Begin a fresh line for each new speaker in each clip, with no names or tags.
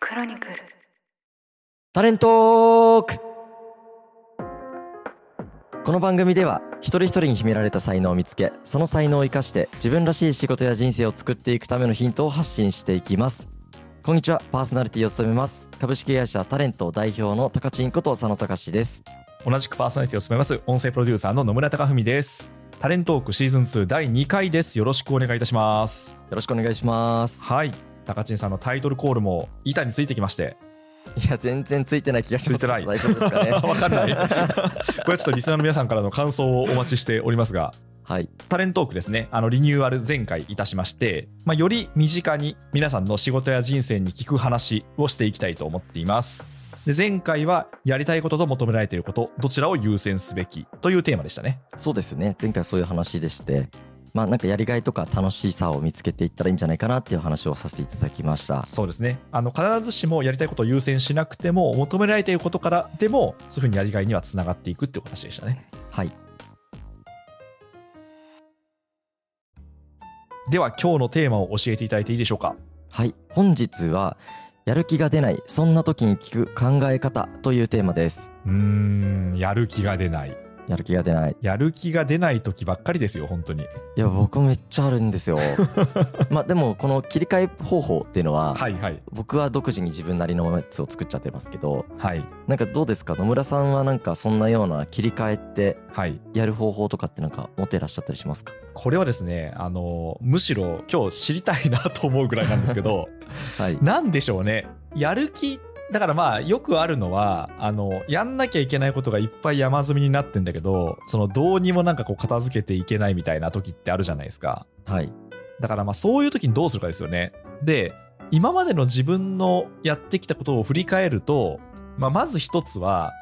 クロニクル
タレントークこの番組では一人一人に秘められた才能を見つけその才能を生かして自分らしい仕事や人生を作っていくためのヒントを発信していきますこんにちはパーソナリティを務めます株式会社タレント代表の高知んこと佐野隆です
同じくパーソナリティを務めます音声プロデューサーの野村貴文ですタレントークシーズン2第2回ですよろしくお願いいたします
よろしくお願いします
はい高知さんのタイトルコールも板についてきまして
いや全然ついてない気がします
ついてない
大丈夫ですか ね
わかんないこれはちょっとリスナーの皆さんからの感想をお待ちしておりますが
はい
タレントークですねあのリニューアル前回いたしまして、まあ、より身近に皆さんの仕事や人生に聞く話をしていきたいと思っていますで前回はやりたいことと求められていることどちらを優先すべきというテーマでしたね
そうですね前回そういう話でしてまあなんかやりがいとか楽しさを見つけていったらいいんじゃないかなっていう話をさせていただきました
そうですねあの必ずしもやりたいことを優先しなくても求められていることからでもそういうふうにやりがいにはつながっていくっていうお話でしたね
はい
では今日のテーマを教えていただいていいでしょうか
はい本日はやる気が出ないそんな時に聞く考え方というテーマです
うーんやる気が出ない
やる気が出ない
やる気が出ない時ばっかりですよ本当に
いや僕めっちゃあるん ですよまあでもこの切り替え方法っていうのは、
はいはい
僕は独自に自分なりのやつを作っちゃってますけど
はい
なんかどうですか野村さんはなんかそんなような切り替えって
はい
やる方法とかってなんか持ってらっしゃったりしますか
これはですねあのむしろ今日知りたいなと思うぐらいなんですけど
はい
なんでしょうねやる気だからまあよくあるのはあのやんなきゃいけないことがいっぱい山積みになってんだけどそのどうにもなんかこう片付けていけないみたいな時ってあるじゃないですか
はい
だからまあそういう時にどうするかですよねで今までの自分のやってきたことを振り返ると、まあ、まず一つは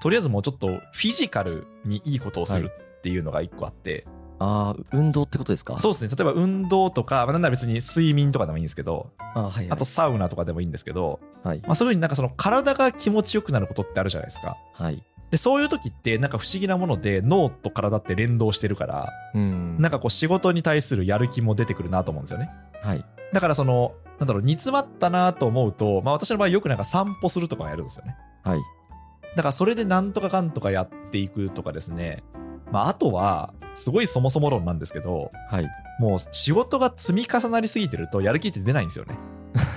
とりあえずもうちょっとフィジカルにいいことをするっていうのが一個あって、
ああ運動ってことですか
そううですね例えば運動とか、まあなんなら別に睡眠とかでもいいんですけど
あーはい、はい、
あとサウナとかでもいいんですけど、
はい
まあ、そういうふうになんかその体が気持ちよくなることってあるじゃないですか。
はい
で、そういう時ってなんか不思議なもので脳と体って連動してるから、
うん
なんかこう仕事に対するやる気も出てくるなと思うんですよね。
はい
だからその、なんだろう、煮詰まったなと思うと、まあ私の場合よくなんか散歩するとかやるんですよね。
はい
だからそれでなんとかかんとかやっていくとかですね。まああとは、すごいそもそも論なんですけど、
はい
もう仕事が積み重なりすぎてるとやる気って出ないんですよね。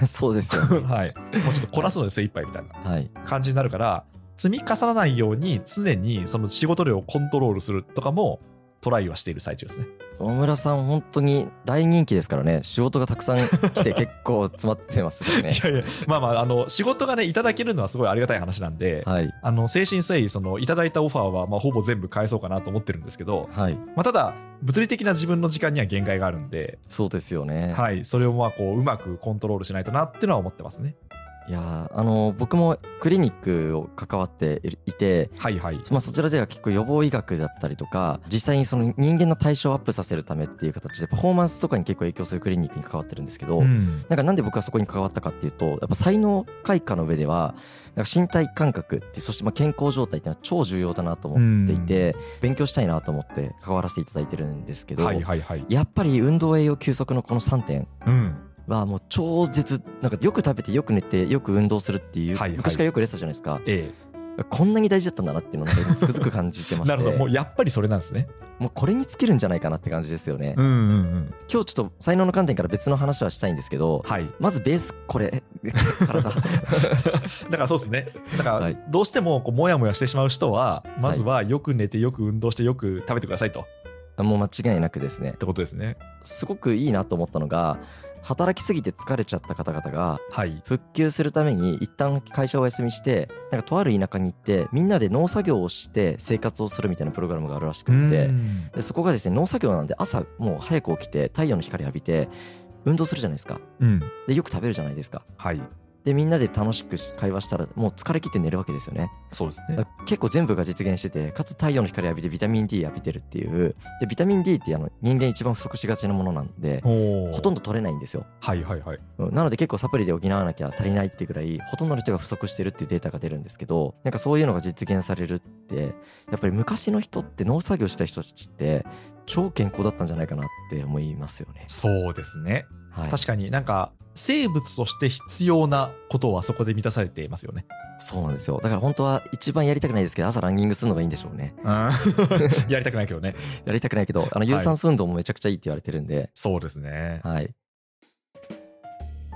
そうですよね
はい。もうちょっとこなすので精一杯みたいな。
はい
感じになるから積み重ならないように常にその仕事量をコントロールするとかもトライはしている最中ですね。
大村さん本当に大人気ですからね仕事がたくさん来て結構詰まってますよね
いやいやまあまああの仕事がねいただけるのはすごいありがたい話なんで、
はい
あの精神誠意そのいただいたオファーはまあほぼ全部返そうかなと思ってるんですけど、
はい
まあ、ただ物理的な自分の時間には限界があるんで、
そうですよね、
はい、それをまあこううまくコントロールしないとなっていうのは思ってますね。
い、やーあの僕もクリニックを関わっていて
はいはい
まあ、そちらでは結構予防医学だったりとか実際にその人間の対象をアップさせるためっていう形でパフォーマンスとかに結構影響するクリニックに関わってるんですけど、
うん
なんかなんで僕はそこに関わったかっていうと、やっぱ才能開花の上では、なんか身体感覚って、そしてまあ健康状態ってのは超重要だなと思っていて、勉強したいなと思って関わらせていただいてるんですけど、
はいはいはい。
やっぱり運動栄養休息のこの3点
うん、
はもう超絶、なんかよく食べてよく寝てよく運動するっていう、
はいはい
昔からよく言ってたじゃないですか。
え
こんなに大事だったんだなっていうのを なんかつくづく感じて
え、
ま して。
なるほどもうやっぱりそれなんですね。
もうこれに尽きるんじゃないかなって感じですよね。
うんうんうん。
今日ちょっと才能の観点から別の話はしたいんですけど、
はい。
まずベースこれ、 体。
だからそうですね。だか
は
ら
い
どうしてもこうモヤモヤしてしまう人は、まずはよく寝てよく運動してよく食べてくださいと。っ
もう間違いなくですね
てことですね。
すごくいいなと思ったのが働きすぎて疲れちゃった方々が
はい。
復旧するために一旦会社をお休みしてなんかとある田舎に行ってみんなで農作業をして生活をするみたいなプログラムがあるらしくってでそこがですね農作業なんで朝もう早く起きて太陽の光浴びて運動するじゃないですか
うん。
でよく食べるじゃないですか
はい。
でみんなで楽しく会話したらもう疲れ切って寝るわけですよね
そうですね。
結構全部が実現しててかつ太陽の光浴びてビタミン D 浴びてるっていうでビタミン D ってあの人間一番不足しがちなものなんで
お
ほと
んど。
んど取れないんですよ
はいはいはい。
うんなので結構サプリで補わなきゃ足りないってぐらいほとんどの人が不足してるっていうデータが出るんですけどなんかそういうのが実現されるってやっぱり昔の人って農作業した人たちって超健康だったんじゃないかなって思いますよね。
そうですね。
はい、
確かになんか生物として必要なことはそこで満たされていますよね。
そうなんですよ。だから本当は一番やりたくないですけど、朝ランニングするのがいいんでしょうね。
やりたくないけどね。
やりたくないけど、あの、有酸素運動もめちゃくちゃいいって言われてるんで、
そうですね。
はい。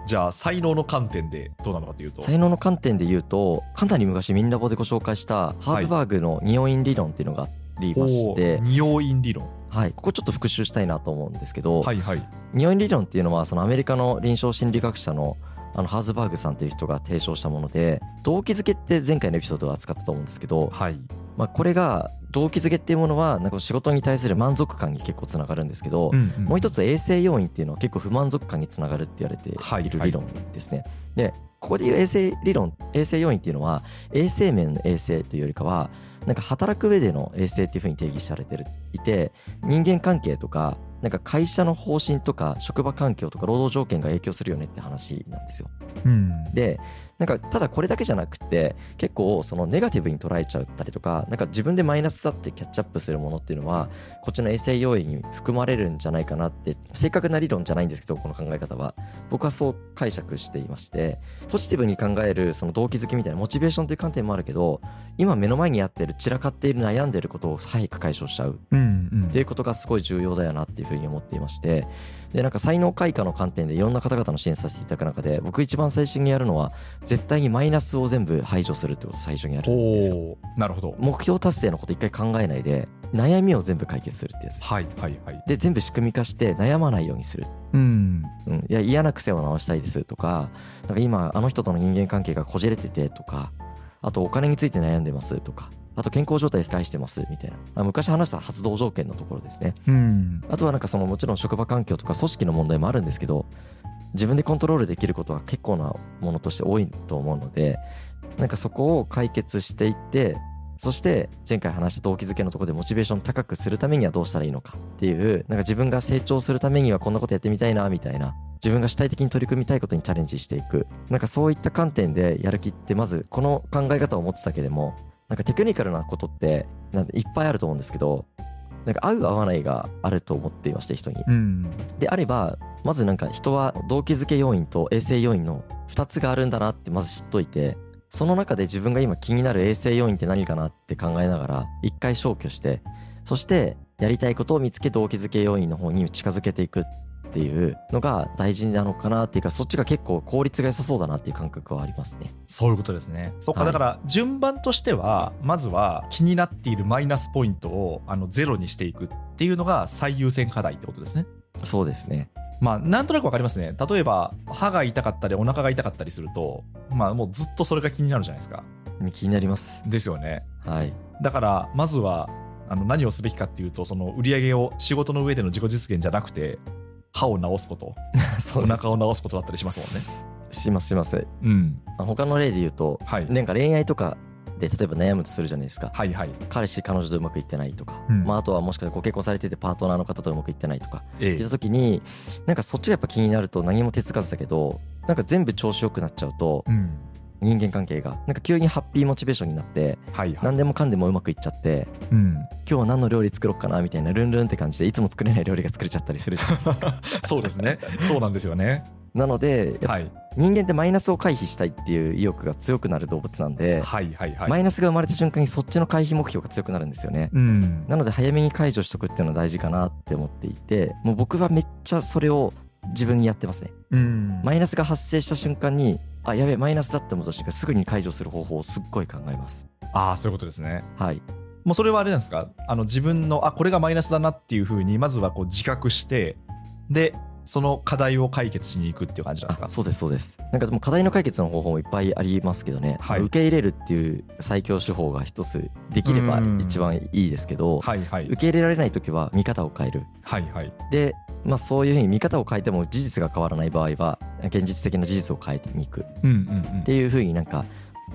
じゃあ才能の観点でどうなのかというと。
才能の観点で言うと、かなり昔、ミンラボでご紹介した、ハーズバーグの匂い理論っていうのがありまして、
二要因理論。
はい、ここちょっと復習したいなと思うんですけど、
はいはい。
匂い理論っていうのはそのアメリカの臨床心理学者のあのハーズバーグさんという人が提唱したもので動機づけって前回のエピソードで扱ったと思うんですけど、
はい。
まあ、これが動機づけっていうものはなんか仕事に対する満足感に結構つながるんですけど、
ん
もう一つ衛生要因っていうのは結構不満足感につながるって言われて
はい
いる
はい
理論ですね。でここでいう衛生理論衛生要因っていうのは衛生面の衛生というよりかはなんか働く上での衛生っていうふうに定義されてるいて人間関係とかなんか会社の方針とか職場環境とか労働条件が影響するよねって話なんですよ。
うん
でなんかただこれだけじゃなくて結構そのネガティブに捉えちゃったりとかなんか自分でマイナスだってキャッチアップするものっていうのはこっちの衛生要因に含まれるんじゃないかなって正確な理論じゃないんですけどこの考え方は僕はそう解釈していましてポジティブに考えるその動機づけみたいなモチベーションという観点もあるけど今目の前にやってる散らかっている悩んでることを早く解消しちゃう
うんうん
っていうことがすごい重要だよなっていうふうに思っていましてでなんか才能開花の観点でいろんな方々の支援させていただく中で僕一番最初にやるのは絶対にマイナスを全部排除するってことを最初にやるんですよ
おおなるほど。
目標達成のこと一回考えないで悩みを全部解決するってやつです
はいはいはい。
で全部仕組み化して悩まないようにする、
うん。
うん、いや嫌な癖を直したいですとかなんか今あの人との人間関係がこじれててとかあとお金について悩んでますとかあと健康状態害してますみたいなあ昔話した発動条件のところですね
うん。
あとはなんかそのもちろん職場環境とか組織の問題もあるんですけど自分でコントロールできることは結構なものとして多いと思うのでなんかそこを解決していってそして前回話した動機づけのところでモチベーション高くするためにはどうしたらいいのかっていうなんか自分が成長するためにはこんなことやってみたいなみたいな自分が主体的に取り組みたいことにチャレンジしていくなんかそういった観点でやる気ってまずこの考え方を持つだけでもなんかテクニカルなことってなんていっぱいあると思うんですけどなんか合う合わないがあると思っていまして人に。
うん。
であればまずなんか人は動機づけ要因と衛生要因の2つがあるんだなってまず知っといてその中で自分が今気になる衛生要因って何かなって考えながら一回消去してそしてやりたいことを見つけ動機づけ要因の方に近づけていくっていうのが大事なのかなっていうかそっちが結構効率が良さそうだなっていう感覚はありますね。
そういうことですね。そっか、
はい
だから順番としてはまずは気になっているマイナスポイントをあのゼロにしていくっていうのが最優先課題ってことですね。
そうですね。
まあなんとなくわかりますね。例えば歯が痛かったりお腹が痛かったりするとまあもうずっとそれが気になるじゃないですか。
気になります。
ですよね。
はい。
だからまずはあの何をすべきかっていうとその売り上げを仕事の上での自己実現じゃなくて歯を治すこと
そ
お
うです
腹を治すことだったりしますもんね。
しますします。
うん
あ他の例で言うと
はい、
なんか恋愛とかで例えば悩むとするじゃないですか
はいはい。
彼氏彼女とうまくいってないとか、
うん
まあ、あとはもしかしてご結婚されててパートナーの方とうまくいってないとか
え
言った時になんかそっちがやっぱ気になると何も手つかずだけどなんか全部調子よくなっちゃうと
うん
人間関係がなんか急にハッピーモチベーションになって
はいはい。
何でもかんでもうまくいっちゃって
うん
今日は何の料理作ろうかなみたいなルンルンって感じでいつも作れない料理が作れちゃったりするじゃん
そうですね。そうなんですよね。
なのでやっぱ
はい。
人間ってマイナスを回避したいっていう意欲が強くなる動物なんで、
はいはいはい。
マイナスが生まれた瞬間にそっちの回避目標が強くなるんですよね。
うん。
なので早めに解除しとくっていうのは大事かなって思っていてもう僕はめっちゃそれを自分にやってますね
うん。
マイナスが発生した瞬間にあやべえマイナスだって思った瞬間すぐに解除する方法をすっごい考えます
ああ、そういうことですね。
はい
もうそれはあれなんですかあの自分の、あ、これがマイナスだなっていうふうに、まずはこう自覚して、で、その課題を解決しに行くっていう感じなんですか
あそうですそうですなんかでも課題の解決の方法もいっぱいありますけどね、
はい
受け入れるっていう最強手法が一つできれば
うん
一番いいですけど
はいはい
受。け入れられない時は見方を変える
はいはい。
で、まあ、そういうふうに見方を変えても事実が変わらない場合は現実的な事実を変えていく
うんうんうん
っていう風になんか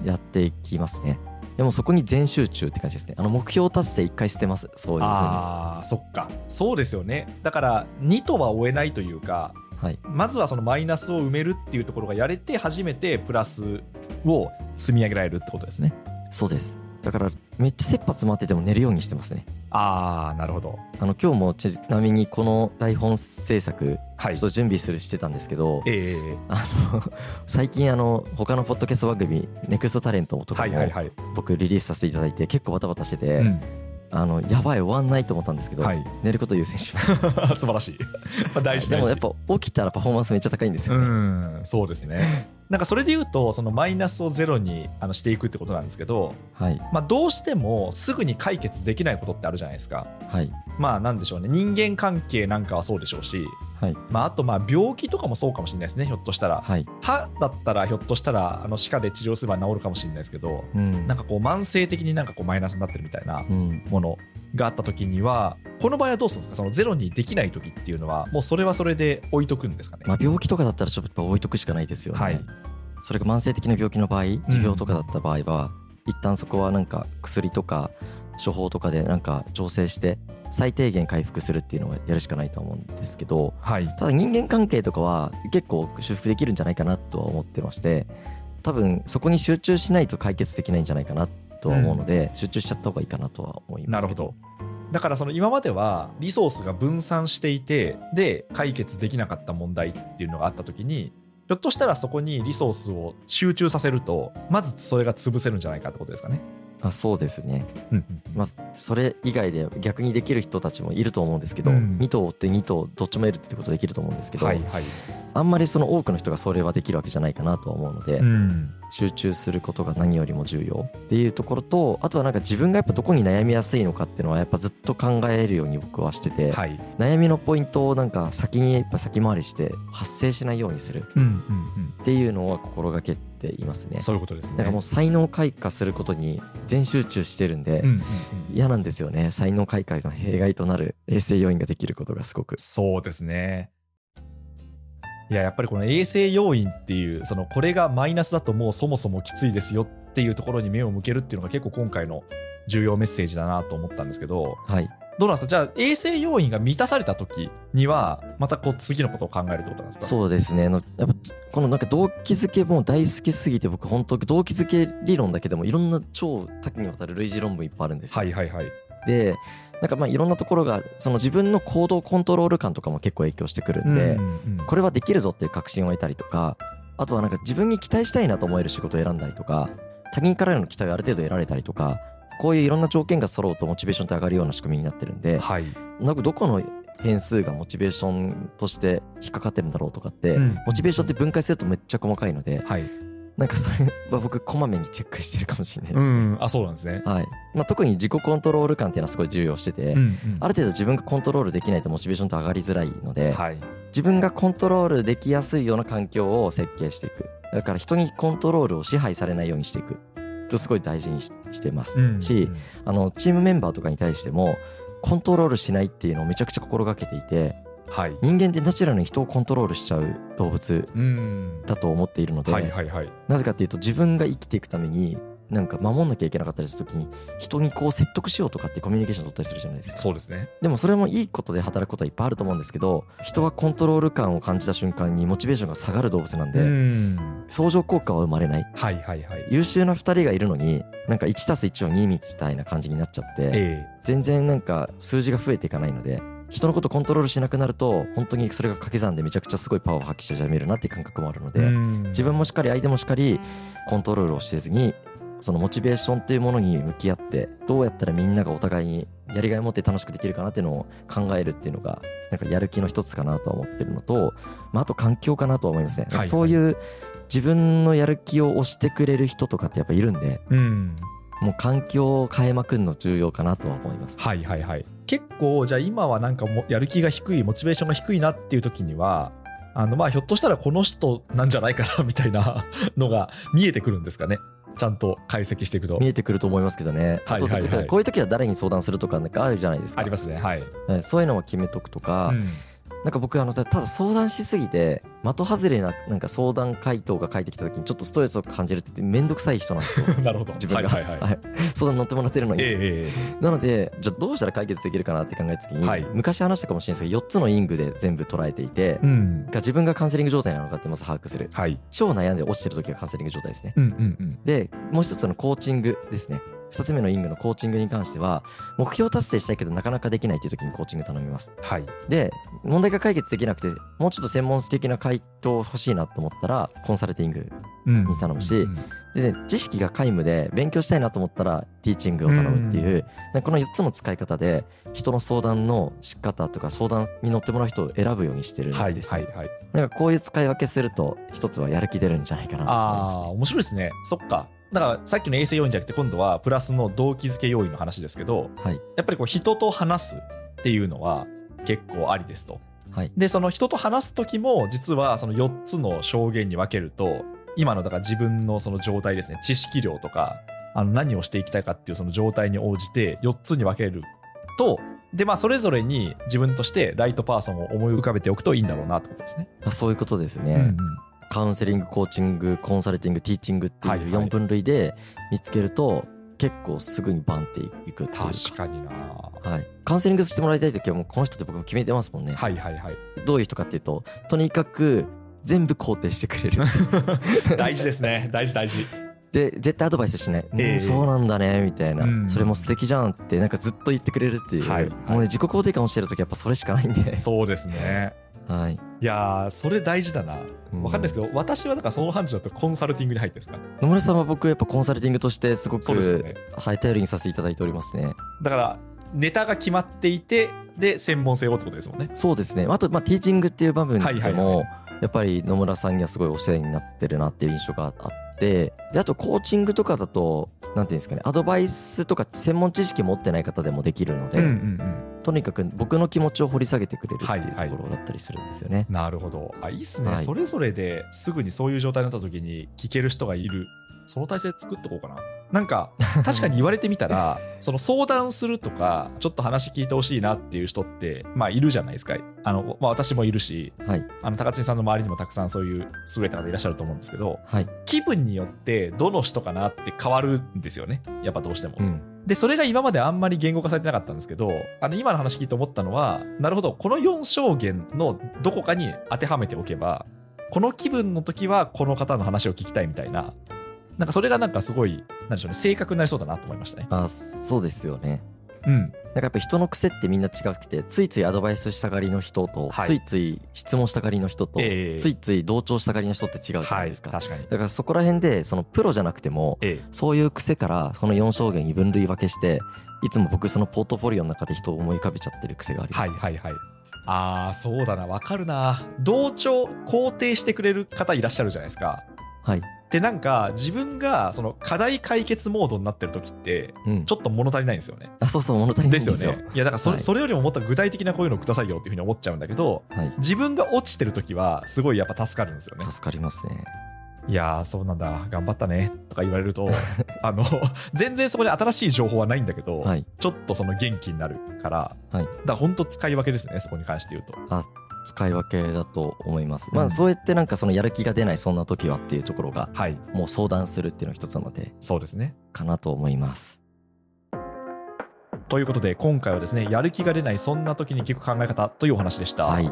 やっていきますねでもそこに全集中って感じですねあの目標達成一回捨てますそういう風には
ああ、そっか。そうですよね。だから、2とは追えないというか、
い
まずはそのマイナスを埋めるっていうところがやれて、初めてプラスを積み上げられるってことですね。
そうですだからめっちゃ切羽詰まってても寝るようにしてますね
ああなるほど
あの今日もちなみにこの台本制作
は
ちょ
い
っと準備するしてたんですけど、
ええ
あの 最近あの他のポッドキャスト番組「ネクストタレント」とか
はい
も
はいはい、
僕リリースさせていただいて結構バタバタしてて、
うん
あのやばい終わんないと思ったんですけど、
はい
寝ること優先しました
素晴らしいまあ 大事
で
大
も
事
やっぱ起きたらパフォーマンスめっちゃ高いんですよ、
うんそうですね なんかそれで言うとそのマイナスをゼロにあのしていくってことなんですけど、
はい
まあ、どうしてもすぐに解決できないことってあるじゃないですか
はい
まあなんでしょうね人間関係なんかはそうでしょうし、
はい
まあ、あとまあ病気とかもそうかもしれないですねひょっとしたら
はい
歯だったらひょっとしたらあの歯科で治療すれば治るかもしれないですけど
うん
なんかこう慢性的になんかこうマイナスになってるみたいな
うん
ものがあった時にはこの場合はどうするんですかそのゼロにできない時っていうのはもうそれはそれで置いとくんですかね、
まあ、病気とかだったらちょっと置いとくしかないですよね、
はい
それが慢性的な病気の場合持病とかだった場合は、一旦そこはなんか薬とか処方とかでなんか調整して最低限回復するっていうのをやるしかないとは思うんですけど
はい
ただ人間関係とかは結構修復できるんじゃないかなとは思ってまして多分そこに集中しないと解決できないんじゃないかなとは思うので、集中しちゃった方がいいかなとは思いま
な
す
るほどだからその今まではリソースが分散していてで解決できなかった問題っていうのがあった時にひょっとしたらそこにリソースを集中させるとまずそれが潰せるんじゃないかってことですかね。
あそうですね
うん
まあ、それ以外で逆にできる人たちもいると思うんですけど、
うん
2頭追って2頭どっちも得るってことできると思うんですけど、
はいはい
あんまりその多くの人がそれはできるわけじゃないかなとは思うので、
うん
集中することが何よりも重要っていうところとあとはなんか自分がやっぱどこに悩みやすいのかっていうのはやっぱずっと考えるように僕はしてて、
はい
悩みのポイントをなんか先にやっぱ先回りして発生しないようにする
うんうん
っていうのは心がけていますね
うん。そういうことですね。
なんかもう才能開花することに全集中してるんで、
うんうんうん
嫌なんですよね才能開花の弊害となる衛生要因ができることがすごく
そうですね。いや、やっぱりこの衛生要因っていう、そのこれがマイナスだともうそもそもきついですよっていうところに目を向けるっていうのが結構今回の重要メッセージだなと思ったんですけど、
はい
どうなんですかじゃあ衛生要因が満たされた時には、またこう次のことを考えるってことなんですか
そうですねあのやっぱこのなんか動機づけも大好きすぎて僕本当動機づけ理論だけでもいろんな超多岐にわたる類似論文いっぱいあるんですよ、
はいはいはい。
でなんかまあいろんなところがその自分の行動コントロール感とかも結構影響してくるんで、
うんうんうん
これはできるぞっていう確信を得たりとかあとはなんか自分に期待したいなと思える仕事を選んだりとか他人からの期待をある程度得られたりとかこういういろんな条件が揃うとモチベーションって上がるような仕組みになってるんで
はい。
なんかどこの変数がモチベーションとして引っかかってるんだろうとかって、
うん
モチベーションって分解するとめっちゃ細かいので
はい。
なんかそれは僕こまめにチェックしてるかもしれないで
う
すね。
ん、あ、そうなんですね。
はいまあ、特に自己コントロール感っていうのはすごい重要してて、
うんうん
ある程度自分がコントロールできないとモチベーションって上がりづらいので、
はい。
自分がコントロールできやすいような環境を設計していくだから人にコントロールを支配されないようにしていくとすごい大事にししてます、
うん
しあのチームメンバーとかに対してもコントロールしないっていうのをめちゃくちゃ心がけていて
はい。
人間ってナチュラルに人をコントロールしちゃう動物
うん。
だと思っているので、
はいはいはい。
なぜかっていうと自分が生きていくためになんか守んなきゃいけなかったりする時に人にこう説得しようとかってコミュニケーション取ったりするじゃないですか
そうですね。
でもそれもいいことで働くことはいっぱいあると思うんですけど人はコントロール感を感じた瞬間にモチベーションが下がる動物なんで、
うん。
相乗効果は生まれない
はいはいはい。
優秀な2人がいるのになんか 1+1 を2みたいな感じになっちゃって
え
全然なんか数字が増えていかないので人のことコントロールしなくなると本当にそれが掛け算でめちゃくちゃすごいパワーを発揮して始めるなって感覚もあるの
え
で、自分もしっかり相手もしっかりコントロールをせずにそのモチベーションっていうものに向き合ってどうやったらみんながお互いにやりがいを持って楽しくできるかなっていうのを考えるっていうのがなんかやる気の一つかなとは思ってるのと、まあ、あと環境かなとは思いますね、
はいはい
そういう自分のやる気を押してくれる人とかってやっぱいるんで
うん。
もう環境を変えまくるの重要かなとは思います
はいはいはい結構じゃあ今はなんかもやる気が低いモチベーションが低いなっていう時にはあのまあひょっとしたらこの人なんじゃないかなみたいな のが見えてくるんですかねちゃんと解析していくと
見えてくると思いますけどね、
はいはいは
あ
い
とだからこういう時は誰に相談するとかなんかあるじゃないですか
ありますねはい、
はいそういうのも決めとくとか、
うん
なんか僕あのたただ相談しすぎて的外れななんか相談回答が返ってきた時にちょっとストレスを感じるって言ってめんどくさい人なん ですよ
なるほど
自分が
はいはいはい、
はい相談乗ってもらってるのに、
えええ
なのでじゃあどうしたら解決できるかなって考えた時に、
はい
昔話したかもしれないですけど4つのイングで全部捉えていて、
えうん
が自分がカウンセリング状態なのかってまず把握する
はい
超悩んで落ちてる時がカウンセリング状態ですね
うんうんうん
でもう一つのコーチングですね2つ目のイングのコーチングに関しては目標達成したいけどなかなかできないっていう時にコーチング頼みます
はい。
で問題が解決できなくてもうちょっと専門的な回答欲しいなと思ったらコンサルティング
うん
に頼むし
うん
で知識が皆無で勉強したいなと思ったらティーチングを頼むっていう、なんかこの4つの使い方で人の相談の仕方とか相談に乗ってもらう人を選ぶようにしてるんです、
は
ね
い、はい、はい。
なんかこういう使い分けすると一つはやる気出るんじゃないかなと思い
ああー、
ます、ね、
面白いですね。そっか。だからさっきの衛生要因じゃなくて今度はプラスの動機づけ要因の話ですけど、
はい
やっぱりこう人と話すっていうのは結構ありですと。
はい
でその人と話す時も実はその4つの証言に分けると今のだから自分のその状態ですね知識量とかあの何をしていきたいかっていうその状態に応じて4つに分けるとでまあそれぞれに自分としてライトパーソンを思い浮かべておくといいんだろうなってことですね。
あそういうことですね、
うんうん
カウンセリングコーチングコンサルティングティーチングってい
はいは
う
い
4分類で見つけると結構すぐにバンっていくっていうか
確かにな
はい、カウンセリングしてもらいたい時はもうこの人って僕も決めてますもんね、
はいはいはい。
どういう人かっていうととにかく全部肯定してくれ る
大事ですね大事大事。
で絶対アドバイスしない、うん
ええ
そうなんだねみたいな、
うん
それも素敵じゃんってなんかずっと言ってくれるっていう、
はいはい
もうね自己肯定感をしてる時やっぱそれしかないんで
そうですね。
はい
いやーそれ大事だな。わかんないですけど、私はだからその範疇だとコンサルティングに入ってるんですか
野村さんは僕やっぱコンサルティングとしてすご
そうですよね
く、。はい、頼りにさせていただいておりますね
だからネタが決まっていてで専門性をってことですもんね。
そうですねあとまあティーチングっていう部分でも、
はいはいは
やっぱり野村さんにはすごいお世話になってるなっていう印象があってであとコーチングとかだとなんていうんですかねアドバイスとか専門知識持ってない方でもできるので、
うん
とにかく僕の気持ちを掘り下げてくれるって
はいいうはい
ところだったりするんですよね。
なるほどあいいっすね、
はい
それぞれですぐにそういう状態になった時に聞ける人がいるその体制作っとこうかななんか確かに言われてみた らその相談するとかちょっと話聞いてほしいなっていう人ってまあいるじゃないですかあの、まあ、私もいるし
はい
あの高知さんの周りにもたくさんそういう優れた方いらっしゃると思うんですけど
はい、
気分によってどの人かなって変わるんですよねやっぱどうしても。
うん、
でそれが今まであんまり言語化されてなかったんですけどあの今の話聞いて思ったのはなるほどこの4証言のどこかに当てはめておけばこの気分の時はこの方の話を聞きたいみたいななんかそれがなんかすごいなんでしょうね正確になりそうだなと思いましたね。
あそうですよね。
うん、
なんかやっぱ人の癖ってみんな違くてついついアドバイスしたがりの人と、
はい
ついつい質問したがりの人と、
ええ
ついつい同調したがりの人って違うじゃな
はいい
ですか。
確かに。
だからそこら辺でそのプロじゃなくても
え
そういう癖からその4証言に分類分けしていつも僕そのポートフォリオの中で人を思い浮かべちゃってる癖があります。
はいはいはい。ああそうだなわかるな同調肯定してくれる方いらっしゃるじゃないですか。
はい、
でなんか自分がその課題解決モードになってる時って
うん、
ちょっと物足りないんですよね。
あそうそう物足りないん
で
ですす
よ
よ。
ね。いやだからそ,、
はい
それよりももっと具体的なこういうのくださいよっていうふうに思っちゃうんだけど
はい、
自分が落ちてる時はすごいやっぱ助かるんですよね。
助かりますね。
いやーそうなんだ頑張ったねとか言われると あの全然そこに新しい情報はないんだけど、
はい、
ちょっとその元気になるから、
はい
だから本当使い分けですねそこに関して言うと。
使い分けだと思います。
うん
まあそうやってなんかそのやる気が出ないそんな時はっていうところが
はい
もう相談するっていうのが一つなので
そうですね。
かなと思います。
ということで今回はですねやる気が出ないそんな時に聞く考え方というお話でした。
はい、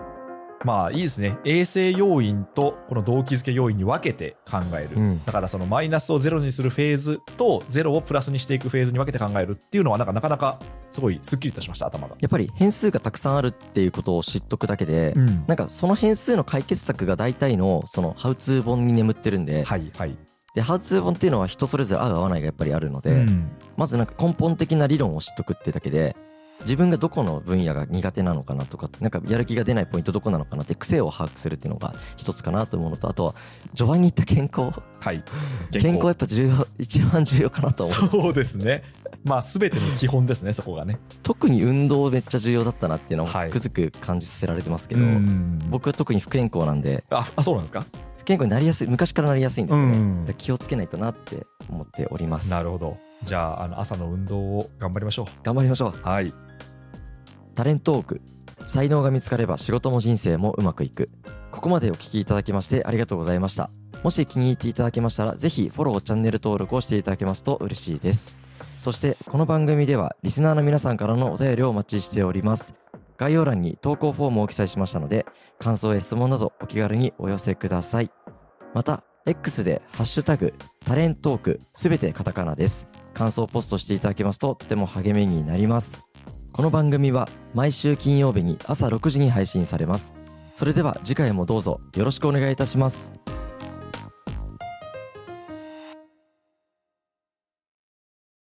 まあいいですね衛生要因とこの動機づけ要因に分けて考える、
うん
だからそのマイナスをゼロにするフェーズとゼロをプラスにしていくフェーズに分けて考えるっていうのはなんかなかなかすごいすっきりとしました頭が、
やっぱり変数がたくさんあるっていうことを知っとくだけで、
うん
なんかその変数の解決策が大体のそのハウツー本に眠ってるんで、
はいはい、
でハウツー本っていうのは人それぞれ合う合わないがやっぱりあるので、
うん
まずなんか根本的な理論を知っとくってだけで自分がどこの分野が苦手なのかなとかなんかやる気が出ないポイントどこなのかなって癖を把握するっていうのが一つかなと思うのとあとは序盤に言った健康
はい
健康はやっぱ重要一番重要かなと思う
そうですねまあ全ての基本ですねそこがね
特に運動めっちゃ重要だったなっていうのをつ
はい
くづく感じさせられてますけど、
うん
僕は特に不健康なんで
ああそうなんですか
不健康になりやすい昔からなりやすいんですよね、
うん
だから気をつけないとなって思っております
なるほどじゃああの朝の運動を頑張りましょ
頑張りましょう
うはい
タレントオーク才能が見つかれば仕事も人生もうまくいくここまでお聞きいただきましてありがとうございましたもし気に入っていただけましたらぜひフォローチャンネル登録をしていただけますと嬉しいですそしてこの番組ではリスナーの皆さんからのお便りをお待ちしております概要欄に投稿フォームを記載しましたので感想や質問などお気軽にお寄せくださいまた X でハッシュタグ、タレントーク、すべてカタカナです。感想をポストしていただけますととても励みになります。この番組は毎週金曜日に朝6時に配信されます。それでは次回もどうぞよろしくお願いいたします。